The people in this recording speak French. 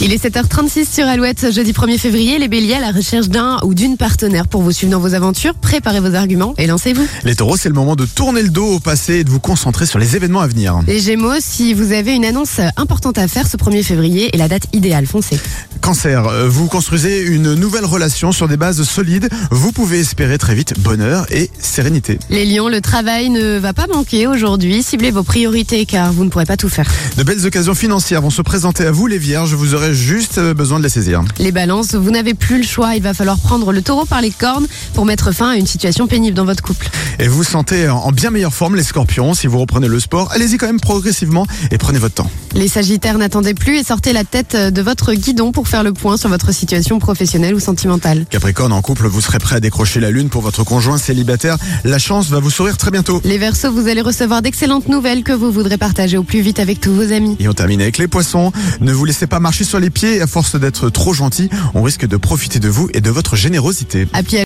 Il est 7h36 sur Alouette, jeudi 1er février. Les béliers à la recherche d'un ou d'une partenaire pour vous suivre dans vos aventures. Préparez vos arguments et lancez-vous. Les taureaux, c'est le moment de tourner le dos au passé et de vous concentrer sur les événements à venir. Les gémeaux, si vous avez une annonce importante à faire ce 1er février et la date idéale, foncez. Cancer, euh, vous construisez une nouvelle relation sur des bases solides. Vous pouvez espérer très vite bonheur et sérénité. Les lions, le travail ne va pas manquer aujourd'hui. Ciblez vos priorités car vous ne pourrez pas tout faire. De belles occasions financières vont se présenter à vous, les vierges. Vous aurez juste euh, besoin de les saisir. Les balances, vous n'avez plus le choix. Il va falloir prendre le taureau par les cornes pour mettre fin à une situation pénible dans votre couple. Et vous vous sentez en bien meilleure forme, les scorpions. Si vous reprenez le sport, allez-y quand même progressivement et prenez votre temps. Les sagittaires, n'attendez plus et sortez la tête de votre guidon pour faire le point sur votre situation professionnelle ou sentimentale. Capricorne, en couple, vous serez prêt à décrocher la lune pour votre conjoint célibataire. La chance va vous sourire très bientôt. Les versos, vous allez recevoir d'excellentes nouvelles que vous voudrez partager au plus vite avec tous vos amis. Et on termine avec les poissons. Ne vous laissez pas marcher sur les pieds. À force d'être trop gentil, on risque de profiter de vous et de votre générosité. À pied